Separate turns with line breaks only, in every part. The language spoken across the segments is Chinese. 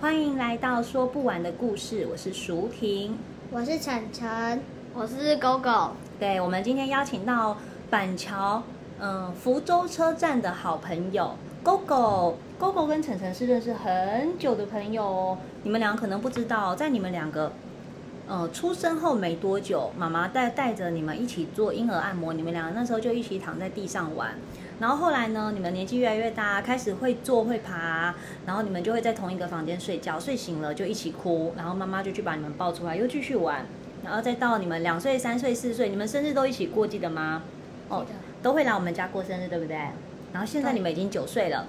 欢迎来到说不完的故事，我是淑婷，
我是晨晨，
我是狗狗。
对，我们今天邀请到板桥，嗯，福州车站的好朋友狗狗。狗狗跟晨晨是认识很久的朋友哦。你们俩可能不知道，在你们两个，呃，出生后没多久，妈妈带带着你们一起做婴儿按摩，你们俩那时候就一起躺在地上玩。然后后来呢，你们年纪越来越大，开始会坐会爬，然后你们就会在同一个房间睡觉，睡醒了就一起哭，然后妈妈就去把你们抱出来，又继续玩，然后再到你们两岁、三岁、四岁，你们生日都一起过，记得吗？哦，都会来我们家过生日，对不对？然后现在你们已经九岁了，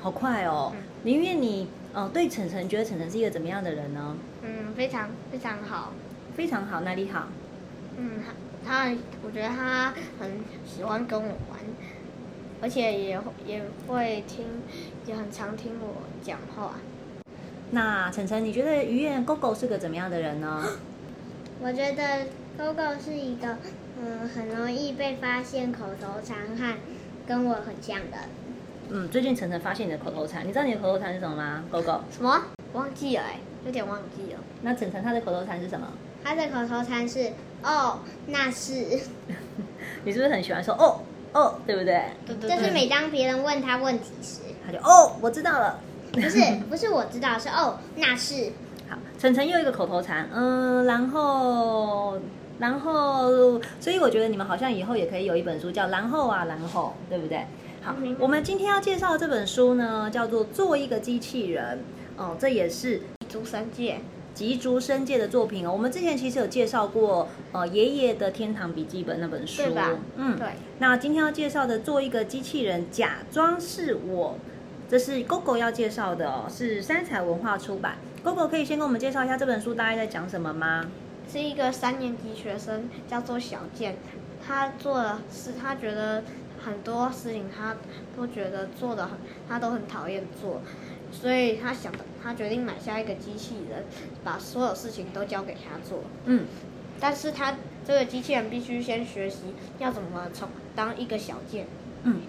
好快哦！林月，你呃对晨晨觉得晨晨是一个怎么样的人呢？
嗯，非常非常好，
非常好，哪里好？
嗯，他我觉得他很喜欢跟我玩。而且也也会听，也很常听我讲话。
那晨晨，你觉得鱼燕狗狗是个怎么样的人呢？
我觉得狗狗是一个嗯，很容易被发现口头禅和跟我很像的。
嗯，最近晨晨发现你的口头禅，你知道你的口头禅是什么吗？狗狗
什么？忘记了、欸，有点忘记了。
那晨晨他的口头禅是什么？
他的口头禅是哦，那是。
你是不是很喜欢说哦？哦，对不对？
对对对
就是每当别人问他问题时，
他就哦，我知道了。
不是不是我知道，是哦，那是。
好，晨晨又一个口头禅，嗯，然后然后，所以我觉得你们好像以后也可以有一本书叫《然后啊然后》，对不对？好，嗯、我们今天要介绍这本书呢，叫做《做一个机器人》哦，这也是
竹神界。
吉竹伸介的作品哦，我们之前其实有介绍过，呃，爷爷的天堂笔记本那本书，
对吧？
嗯，
对。
那今天要介绍的，做一个机器人，假装是我，这是 GoGo 要介绍的哦，是三彩文化出版。GoGo 可以先跟我们介绍一下这本书大概在讲什么吗？
是一个三年级学生，叫做小健，他做的是他觉得很多事情他都觉得做的很，他都很讨厌做。所以他想，他决定买下一个机器人，把所有事情都交给他做。
嗯，
但是他这个机器人必须先学习要怎么从当一个小件。
嗯，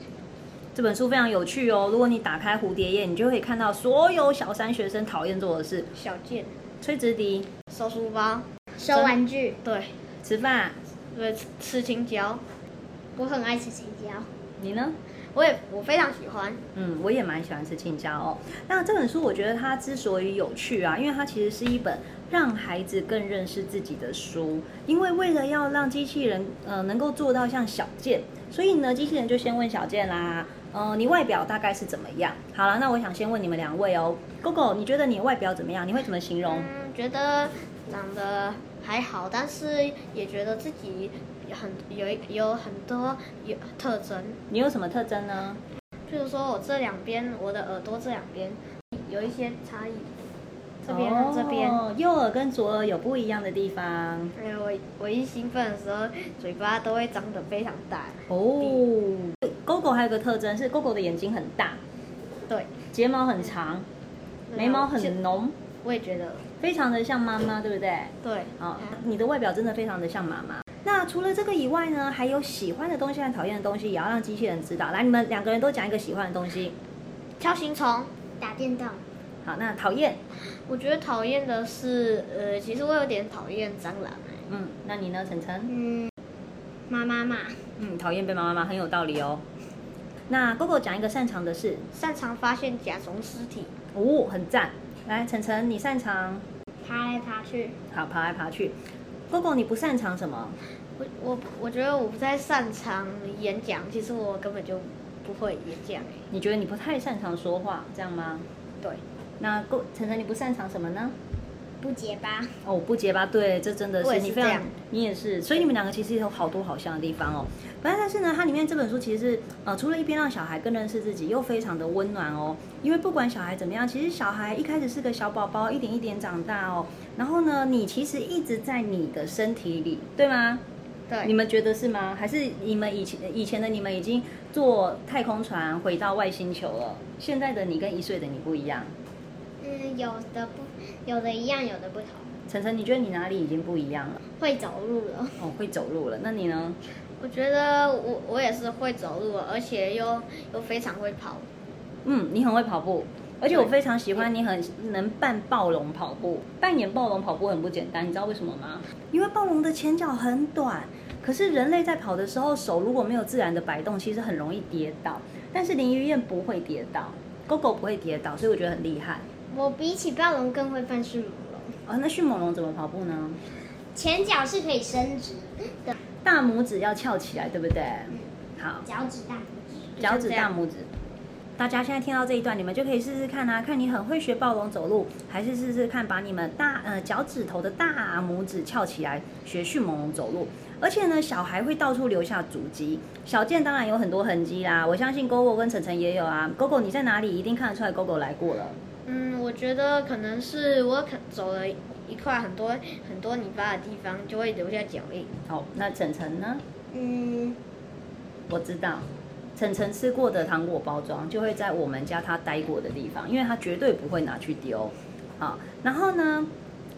这本书非常有趣哦。如果你打开蝴蝶页，你就可以看到所有小三学生讨厌做的事：
小件、
吹直笛、
收书包、
收玩具、
对、
吃饭、
对吃青椒。
我很爱吃青椒。
你呢？
我也我非常喜欢，
嗯，我也蛮喜欢吃青椒哦。那这本书我觉得它之所以有趣啊，因为它其实是一本让孩子更认识自己的书。因为为了要让机器人呃能够做到像小健，所以呢，机器人就先问小健啦，呃，你外表大概是怎么样？好了，那我想先问你们两位哦，狗狗，你觉得你外表怎么样？你会怎么形容？
嗯，觉得长得还好，但是也觉得自己。很有有很多有特征，
你有什么特征呢？
譬如说我这两边，我的耳朵这两边有一些差异，这边、啊
哦、
这边，
右耳跟左耳有不一样的地方。
哎，我我一兴奋的时候，嘴巴都会张得非常大。
哦，狗狗还有个特征是狗狗的眼睛很大，
对，
睫毛很长，眉毛很浓。
我也觉得，
非常的像妈妈，对不对？
对，
哦，你的外表真的非常的像妈妈。那除了这个以外呢，还有喜欢的东西和讨厌的东西，也要让机器人知道。来，你们两个人都讲一个喜欢的东西。
跳行虫，
打电动。
好，那讨厌，
我觉得讨厌的是，呃，其实我有点讨厌蟑螂、欸。
嗯，那你呢，晨晨？
嗯，妈妈骂。
嗯，讨厌被妈妈骂，很有道理哦。那 GoGo 讲一个擅长的事，
擅长发现甲虫尸体。
哦，很赞。来，晨晨，你擅长
爬来爬去。
好，爬来爬去。GoGo，你不擅长什么？
我我我觉得我不太擅长演讲，其实我根本就不会演讲。欸
你觉得你不太擅长说话，这样吗？
对。
那 Go 晨晨，你不擅长什么呢？
不结巴。
哦，不结巴，对，这真的是
我也是
你非
这
常
样，
你也是，所以你们两个其实有好多好像的地方哦。反正但是呢，它里面这本书其实是呃，除了一边让小孩更认识自己，又非常的温暖哦。因为不管小孩怎么样，其实小孩一开始是个小宝宝，一点一点长大哦。然后呢，你其实一直在你的身体里，对吗？
对
你们觉得是吗？还是你们以前以前的你们已经坐太空船回到外星球了？现在的你跟一岁的你不一样。
嗯，有的不，有的一样，有的不同。
晨晨，你觉得你哪里已经不一样了？
会走路了，
哦，会走路了。那你呢？
我觉得我我也是会走路了，而且又又非常会跑。
嗯，你很会跑步，而且我
对
非常喜欢你很能扮暴龙跑步，扮演暴龙跑步很不简单，你知道为什么吗？因为暴龙的前脚很短，可是人类在跑的时候，手如果没有自然的摆动，其实很容易跌倒。但是林于燕不会跌倒，狗狗不会跌倒，所以我觉得很厉害。
我比起暴龙更会翻迅猛龙，
啊、那迅猛龙怎么跑步呢？
前脚是可以伸直的，
大拇指要翘起来，对不对？好，
脚趾大拇
脚趾大拇指。大家现在听到这一段，你们就可以试试看啊，看你很会学暴龙走路，还是试试看把你们大呃脚趾头的大拇指翘起来学迅猛龙走路。而且呢，小孩会到处留下足迹，小健当然有很多痕迹啦。我相信 GoGo 跟晨晨也有啊。GoGo 你在哪里一定看得出来 GoGo 来过了。
嗯，我觉得可能是我可走了一块很多很多泥巴的地方，就会留下脚印。
好，那晨晨呢？
嗯，
我知道，晨晨吃过的糖果包装就会在我们家他待过的地方，因为他绝对不会拿去丢。好，然后呢，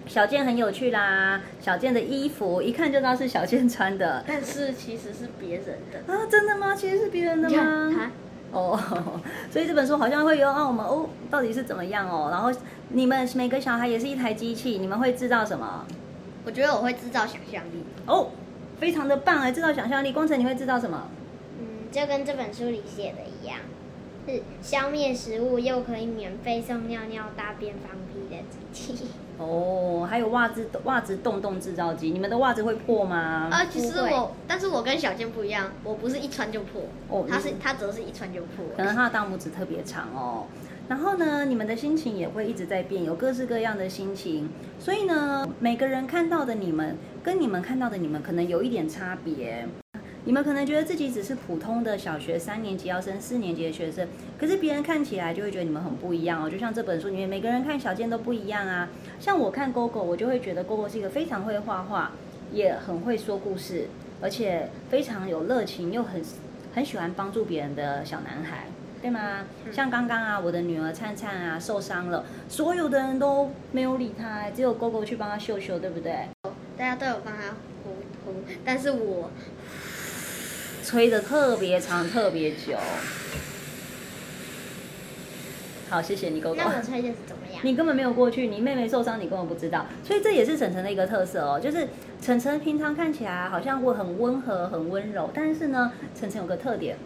小健很有趣啦，小健的衣服一看就知道是小健穿的
但是其实是别人的。
啊，真的吗？其实是别人的
你看
吗
他？
哦， 所以这本书好像会有让我们哦，到底是怎么样哦？然后你们每个小孩也是一台机器，你们会制造什么？
我觉得我会制造想象力。
哦，非常的棒哎，制造想象力。光成你会制造什么？
嗯，就跟这本书里写的一样，是消灭食物又可以免费送尿尿、大便放屁的机器。
哦，还有袜子袜子洞洞制造机，你们的袜子会破吗？
啊，其实
不会
我，但是我跟小健不一样，我不是一穿就破，
哦
他
你
是他则是一穿就破。
可能他的大拇指特别长哦。然后呢，你们的心情也会一直在变，有各式各样的心情。所以呢，每个人看到的你们，跟你们看到的你们可能有一点差别。你们可能觉得自己只是普通的小学三年级要升四年级的学生，可是别人看起来就会觉得你们很不一样哦。就像这本书里面，每个人看小健都不一样啊。像我看 GoGo，我就会觉得 GoGo 是一个非常会画画，也很会说故事，而且非常有热情，又很很喜欢帮助别人的小男孩，对吗？像刚刚啊，我的女儿灿灿啊受伤了，所有的人都没有理她，只有 GoGo 去帮她秀秀，对不对？
大家都有帮他呼呼，但是我
吹得特别长，特别久。好，谢谢你，GoGo。
那我猜的是怎么样？
你根本没有过去，你妹妹受伤，你根本不知道，所以这也是晨晨的一个特色哦。就是晨晨平常看起来好像我很温和、很温柔，但是呢，晨晨有个特点，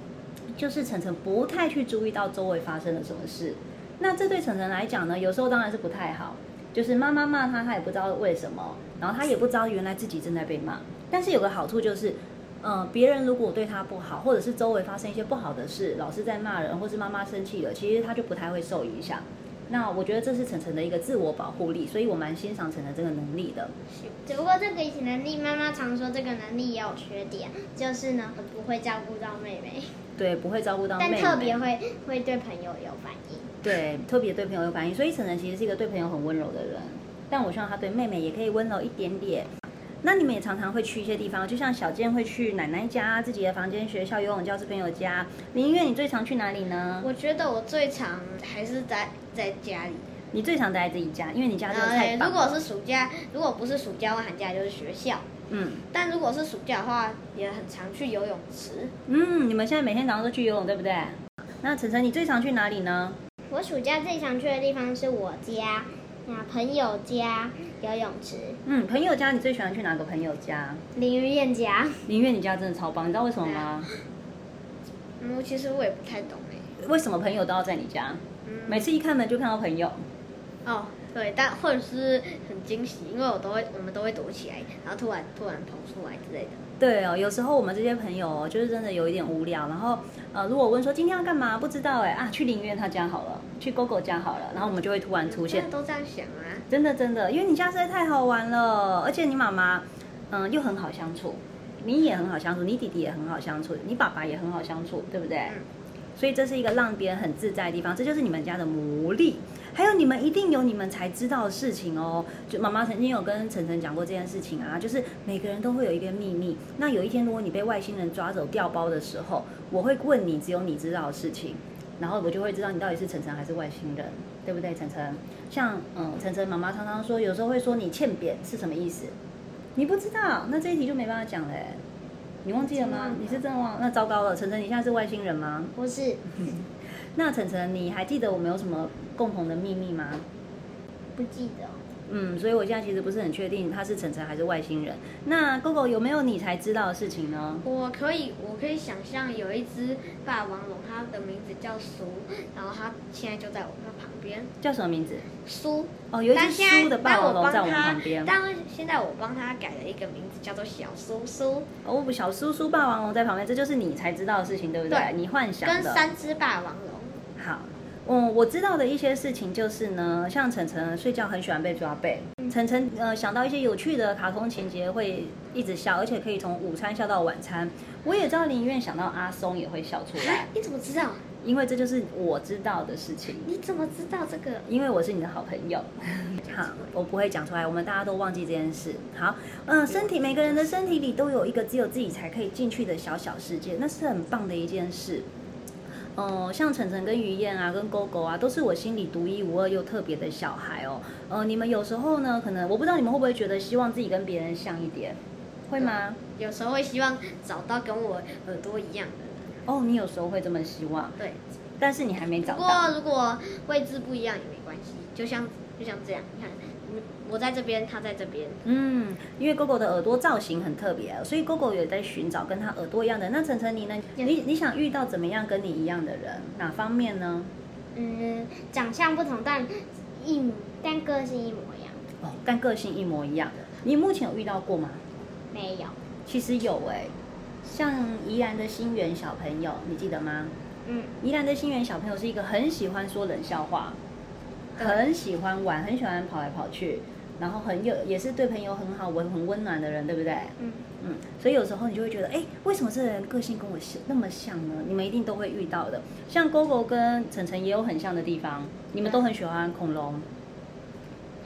就是晨晨不太去注意到周围发生了什么事。那这对晨晨来讲呢，有时候当然是不太好，就是妈妈骂他，他也不知道为什么，然后他也不知道原来自己正在被骂。但是有个好处就是。嗯，别人如果对他不好，或者是周围发生一些不好的事，老师在骂人，或是妈妈生气了，其实他就不太会受影响。那我觉得这是晨晨的一个自我保护力，所以我蛮欣赏晨晨这个能力的。
只不过这个能力，妈妈常说这个能力也有缺点，就是呢不会照顾到妹妹，
对，不会照顾哦到妹
但
妹，
特别会会对朋友有反应。
对特别对朋友有反应，所以晨晨其实是一个对朋友很温柔的人，但我希望他对妹妹也可以温柔一点点。那你们也常常会去一些地方，就像小健会去奶奶家、自己的房间、学校、游泳教室、朋友家。林月，你最常去哪里呢？
我觉得我最常还是在在家里。
你最常待在自己家，因为你家真的太
呃，
棒
如果
了。
是暑假，如果不是暑假或寒假就是学校，
嗯
但如果是暑假的话，也很常去游泳池。
嗯，你们现在每天早上都去游泳，对不对？那晨晨，你最常去哪里呢？
我暑假最常去的地方是我家、那朋友家、游泳池、
嗯，朋友家，你最喜欢去哪个朋友家？
林于燕家。
林月，你家真的超棒，你知道为什么 吗？
嗯，其实我也不太懂哎。
为什么朋友都要在你家？
嗯，
每次一开门就看到朋友，
哦，对，但或者是很惊喜，因为我都会，我们都会躲起来，然后突然突然跑出来之类的。
对哦，有时候我们这些朋友哦，就是真的有一点无聊，然后呃，如果问说今天要干嘛，不知道哎啊，去林月他家好了，去狗狗家好了，然后我们就会突然出现
大，家都这样想啊。
呃真的真的，因为你家实在太好玩了，而且你妈妈嗯又很好相处，你也很好相处，你弟弟也很好相处，你爸爸也很好相处，对不对？
嗯
所以这是一个让别人很自在的地方，这就是你们家的魔力。还有你们一定有你们才知道的事情哦。就妈妈曾经有跟晨晨讲过这件事情啊，就是每个人都会有一个秘密。那有一天如果你被外星人抓走调包的时候，我会问你只有你知道的事情，然后我就会知道你到底是晨晨还是外星人，对不对？晨晨，像嗯，晨晨妈妈常常说，有时候会说你欠扁是什么意思？你不知道，那这一题就没办法讲嘞。欸你忘记了吗？你是真的忘了？那糟糕了，晨晨，你现在是外星人吗？
不是，
那晨晨，你还记得我们有什么共同的秘密吗？
不记得哦。
嗯，所以我现在其实不是很确定他是晨晨还是外星人。那 GoGo 有没有你才知道的事情呢？
我可以，我可以想象有一只霸王龙，它的名字叫苏，然后它现在就在我们旁边。
叫什么名字？
苏，
哦，有一
但
只
现在
书的霸王龙在我们
但帮它
旁边。
但现在我帮它改了一个名字，叫做小苏苏，
哦，小叔叔霸王龙在旁边，这就是你才知道的事情，对不对？
对
你幻想
跟
的。
三只霸王龙。
好，嗯，我知道的一些事情就是呢，像晨晨睡觉很喜欢被抓背，晨晨呃想到一些有趣的卡通情节会一直笑，而且可以从午餐笑到晚餐。我也知道林苑想到阿松也会笑出来，
哎你怎么知道？
因为这就是我知道的事情。
你怎么知道这个？
因为我是你的好朋友， 好，我不会讲出来，我们大家都忘记这件事。好，嗯、身体每个人的身体里都有一个只有自己才可以进去的小小世界，那是很棒的一件事。哦、像晨晨跟于燕啊，跟狗狗啊，都是我心里独一无二又特别的小孩哦。呃，你们有时候呢，可能我不知道你们会不会觉得希望自己跟别人像一点，会吗？
有时候会希望找到跟我耳朵一样的人。
哦，你有时候会这么希望，
对，
但是你还没找
不过
到。
如果位置不一样也没关系，就像就像这样，你看，嗯我在这边，他在这边，
嗯，因为狗狗的耳朵造型很特别哦，所以狗狗也在寻找跟它耳朵一样的。那晨晨你呢？你你想遇到怎么样跟你一样的人？哪方面呢？
嗯，长相不同，但一模但个性一模一样。
哦，但个性一模一样。你目前有遇到过吗？
没有，
其实有哎、像宜兰的新源小朋友，你记得吗？
嗯，
宜兰的新源小朋友是一个很喜欢说冷笑话，很喜欢玩，很喜欢跑来跑去，然后很有也是对朋友很好、温很温暖的人，对不对？
嗯
嗯，所以有时候你就会觉得，哎，为什么这个人个性跟我像那么像呢？你们一定都会遇到的。像 GoGo 跟晨晨也有很像的地方，你们都很喜欢恐龙，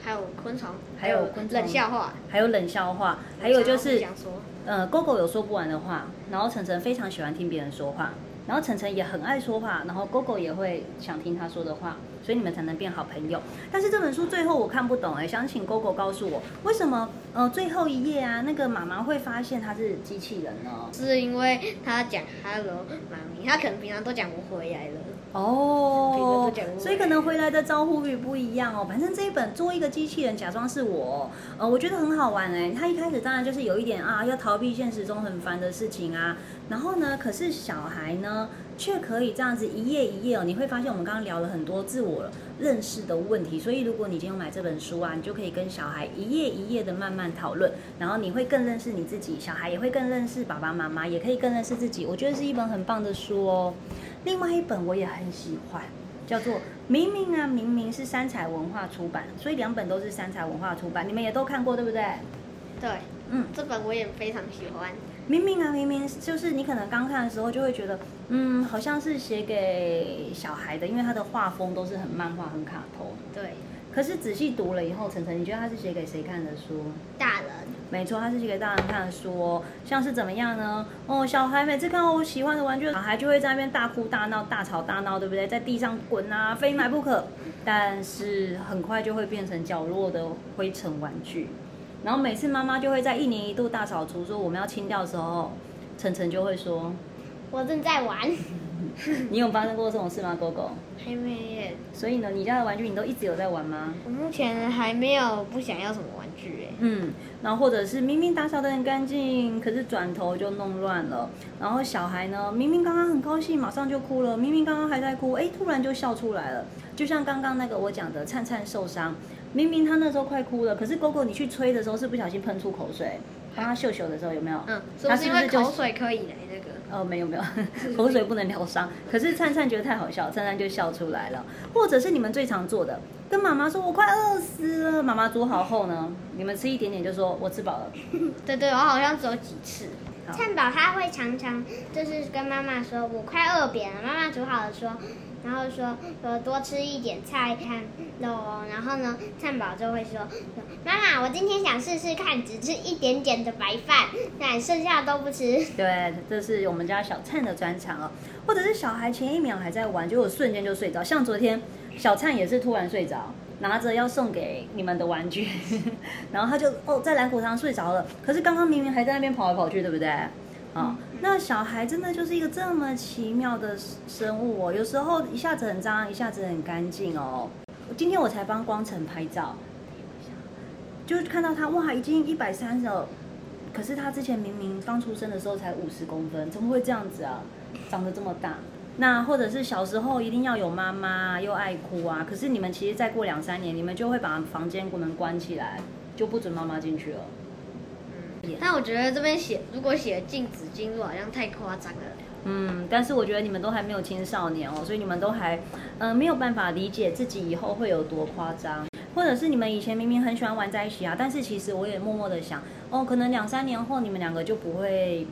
还有昆虫，
还有昆虫
冷笑话，
还有冷笑话，还有就
我
是
常常不想说，
呃，GoGo 有说不完的话，然后晨晨非常喜欢听别人说话，然后晨晨也很爱说话，然后 GoGo 也会想听他说的话，所以你们才能变好朋友。但是这本书最后我看不懂哎、想请 GoGo 告诉我，为什么呃最后一页啊，那个妈妈会发现他是机器人呢？
是因为他讲 hello 妈咪，他可能平常都讲我回来了，
哦
别人都讲不回来
所以可能回来的招呼语不一样哦。反正这一本做一个机器人假装是我，呃，我觉得很好玩哎。他一开始当然就是有一点啊，要逃避现实中很烦的事情啊。然后呢，可是小孩呢，却可以这样子一页一页哦。你会发现我们刚刚聊了很多自我认识的问题，所以如果你今天有买这本书啊，你就可以跟小孩一页一页的慢慢讨论，然后你会更认识你自己，小孩也会更认识爸爸妈妈，也可以更认识自己。我觉得是一本很棒的书哦。另外一本我也很喜欢，叫做《明明啊明明》，是三彩文化出版，所以两本都是三彩文化出版，你们也都看过对不对？
对，
嗯，
这本我也非常喜欢，
明明啊明明，就是你可能刚看的时候就会觉得，嗯，好像是写给小孩的，因为它的画风都是很漫画、很卡通。
对，
可是仔细读了以后，晨晨，你觉得它是写给谁看的书？
大人
没错，它是写给大人看的书哦。像是怎么样呢？哦，小孩每次看到我喜欢的玩具，小孩就会在那边大哭大闹、大吵大闹，对不对？在地上滚啊，非买不可。但是很快就会变成角落的灰尘玩具。然后每次妈妈就会在一年一度大扫除，说我们要清掉的时候，晨晨就会说
我正在玩，：“
你有发生过这种事吗，狗狗
还没耶，？”
所以呢，你家的玩具你都一直有在玩吗？
我目前还没有不想要什么玩具哎，
嗯，然后或者是明明打扫得很干净，可是转头就弄乱了。然后小孩呢，明明刚刚很高兴，马上就哭了；明明刚刚还在哭，哎，突然就笑出来了。就像刚刚那个我讲的，灿灿受伤，明明他那时候快哭了，可是狗狗你去吹的时候是不小心喷出口水，帮他嗅嗅的时候有没有？
嗯，是
他
不
是
是因
不是
为
就
口水可以来那个？
哦，没有没有，口水不能疗伤。可是灿灿觉得太好笑，灿灿就笑出来了。或者是你们最常做的，跟妈妈说我快饿死了，妈妈煮好后呢，你们吃一点点就说我吃饱了。
对对，我好像只有几次，
好
灿宝他会常常就是跟妈妈说我快饿扁了，妈妈煮好了说，然后说说多吃一点菜和肉哦，然后呢灿宝就会说妈妈我今天想试试看，只吃一点点的白饭，但剩下的都不吃。
对，这是我们家小灿的专长哦。或者是小孩前一秒还在玩，结果瞬间就睡着。像昨天小灿也是突然睡着，拿着要送给你们的玩具， 然后他就哦在蓝骨堂睡着了。可是刚刚明明还在那边跑来跑去，对不对？啊、那小孩真的就是一个这么奇妙的生物哦，有时候一下子很脏，一下子很干净哦。今天我才帮光晨拍照，就是看到他哇，已经一百三十了，可是他之前明明刚出生的时候才五十公分，怎么会这样子啊？长得这么大。那或者是小时候一定要有妈妈又爱哭啊，可是你们其实再过两三年，你们就会把房间门关起来，就不准妈妈进去了。
但我觉得这边写如果写禁止进入好像太夸张了。
嗯，但是我觉得你们都还没有青少年哦，所以你们都还，呃，没有办法理解自己以后会有多夸张，或者是你们以前明明很喜欢玩在一起啊，但是其实我也默默的想，哦，可能两三年后你们两个就不会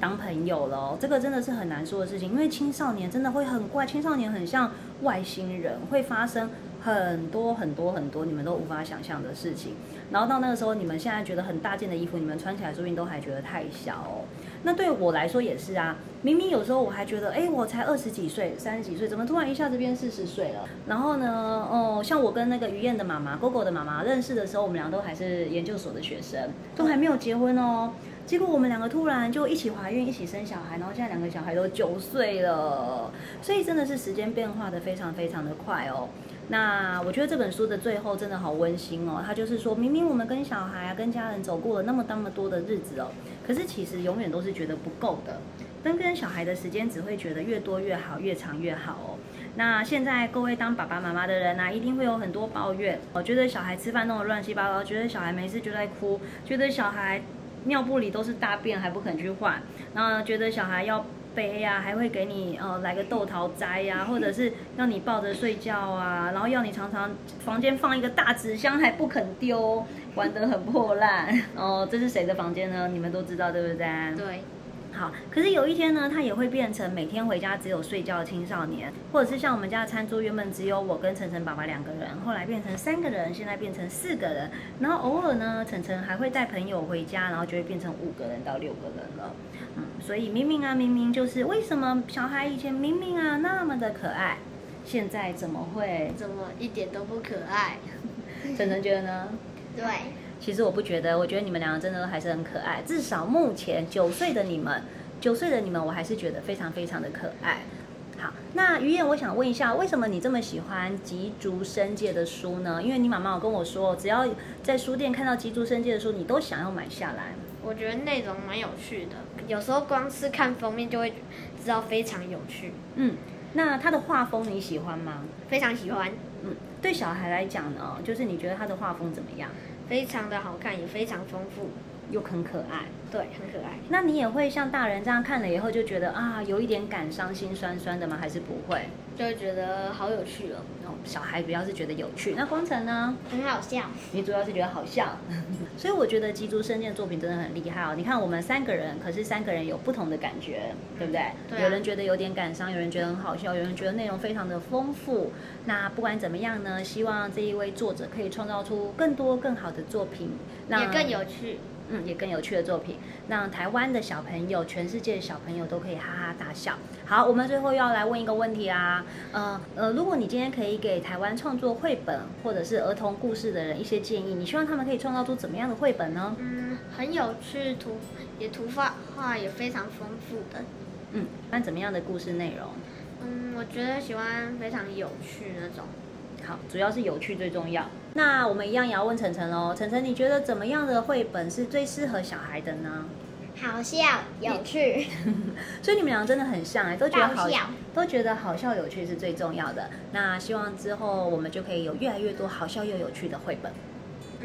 当朋友了哦、这个真的是很难说的事情，因为青少年真的会很怪，青少年很像外星人，会发生很多很多很多你们都无法想象的事情。然后到那个时候，你们现在觉得很大件的衣服，你们穿起来说不定都还觉得太小哦。那对我来说也是啊，明明有时候我还觉得，哎，我才二十几岁、三十几岁，怎么突然一下子变四十岁了？然后呢，哦，像我跟那个于燕的妈妈、狗狗的妈妈认识的时候，我们俩都还是研究所的学生，都还没有结婚哦。结果我们两个突然就一起怀孕，一起生小孩，然后现在两个小孩都九岁了，所以真的是时间变化的非常非常的快哦。那我觉得这本书的最后真的好温馨哦，它就是说明明我们跟小孩啊、跟家人走过了那么那么多的日子哦，可是其实永远都是觉得不够的。跟跟小孩的时间只会觉得越多越好，越长越好哦。那现在各位当爸爸妈妈的人呢、啊一定会有很多抱怨，我觉得小孩吃饭弄得乱七八糟，觉得小孩没事就在哭，觉得小孩尿布里都是大便还不肯去换，然后觉得小孩要背呀、还会给你呃来个豆桃摘呀、或者是要你抱着睡觉啊，然后要你常常房间放一个大纸箱还不肯丢，玩得很破烂。哦，这是谁的房间呢？你们都知道对不对？
对，
好，可是有一天呢，他也会变成每天回家只有睡觉的青少年，或者是像我们家的餐桌原本只有我跟晨晨爸爸两个人，后来变成三个人，现在变成四个人，然后偶尔呢，晨晨还会带朋友回家，然后就会变成五个人到六个人了。嗯，所以明明啊，明明就是为什么小孩以前明明啊那么的可爱，现在怎么会？
怎么一点都不可爱？
晨晨觉得呢？
对，
其实我不觉得，我觉得你们两个真的还是很可爱。至少目前九岁的你们，九岁的你们，我还是觉得非常非常的可爱。好，那于燕，我想问一下，为什么你这么喜欢吉竹伸介的书呢？因为你妈妈有跟我说，只要在书店看到吉竹伸介的书，你都想要买下来。
我觉得内容蛮有趣的，有时候光是看封面就会知道非常有趣，
嗯，那它的画风你喜欢吗？
非常喜欢，
嗯，对小孩来讲呢，就是你觉得它的画风怎么样？
非常的好看，也非常丰富，
又很可爱。
对，很可爱。
那你也会像大人这样看了以后就觉得啊，有一点感伤、心酸酸的吗？还是不会？
就会觉得好有趣哦。
哦，小孩主要是觉得有趣。那光晨呢？
很好笑。
你主要是觉得好笑， 所以我觉得吉竹伸介的作品真的很厉害哦。你看我们三个人，可是三个人有不同的感觉，对不对？
对啊
有人觉得有点感伤，有人觉得很好笑，有人觉得内容非常的丰富。那不管怎么样呢，希望这一位作者可以创造出更多更好的作品，
也更有趣。
嗯，也更有趣的作品，让台湾的小朋友、全世界的小朋友都可以哈哈大笑。好，我们最后要来问一个问题啦，呃呃，如果你今天可以给台湾创作绘本或者是儿童故事的人一些建议，你希望他们可以创造出怎么样的绘本呢？
嗯，很有趣，图也图画画也非常丰富的。
嗯，那怎么样的故事内容？
嗯，我觉得喜欢非常有趣那种。
好，主要是有趣最重要。那我们一样也要问晨晨喽，晨晨，你觉得怎么样的绘本是最适合小孩的呢？
好笑有趣，
所以你们俩真的很像哎、都觉得好
爆笑
都觉得好笑有趣是最重要的。那希望之后我们就可以有越来越多好笑又有趣的绘本、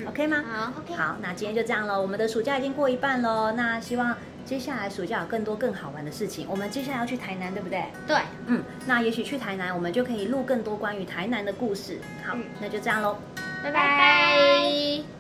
o k 吗？
嗯好，
嗯 OK
好，那今天就这样了。我们的暑假已经过一半喽，那希望接下来暑假有更多更好玩的事情。我们接下来要去台南，对不对？
对，
嗯，那也许去台南，我们就可以录更多关于台南的故事。好，
嗯
那就这样喽。
拜
拜拜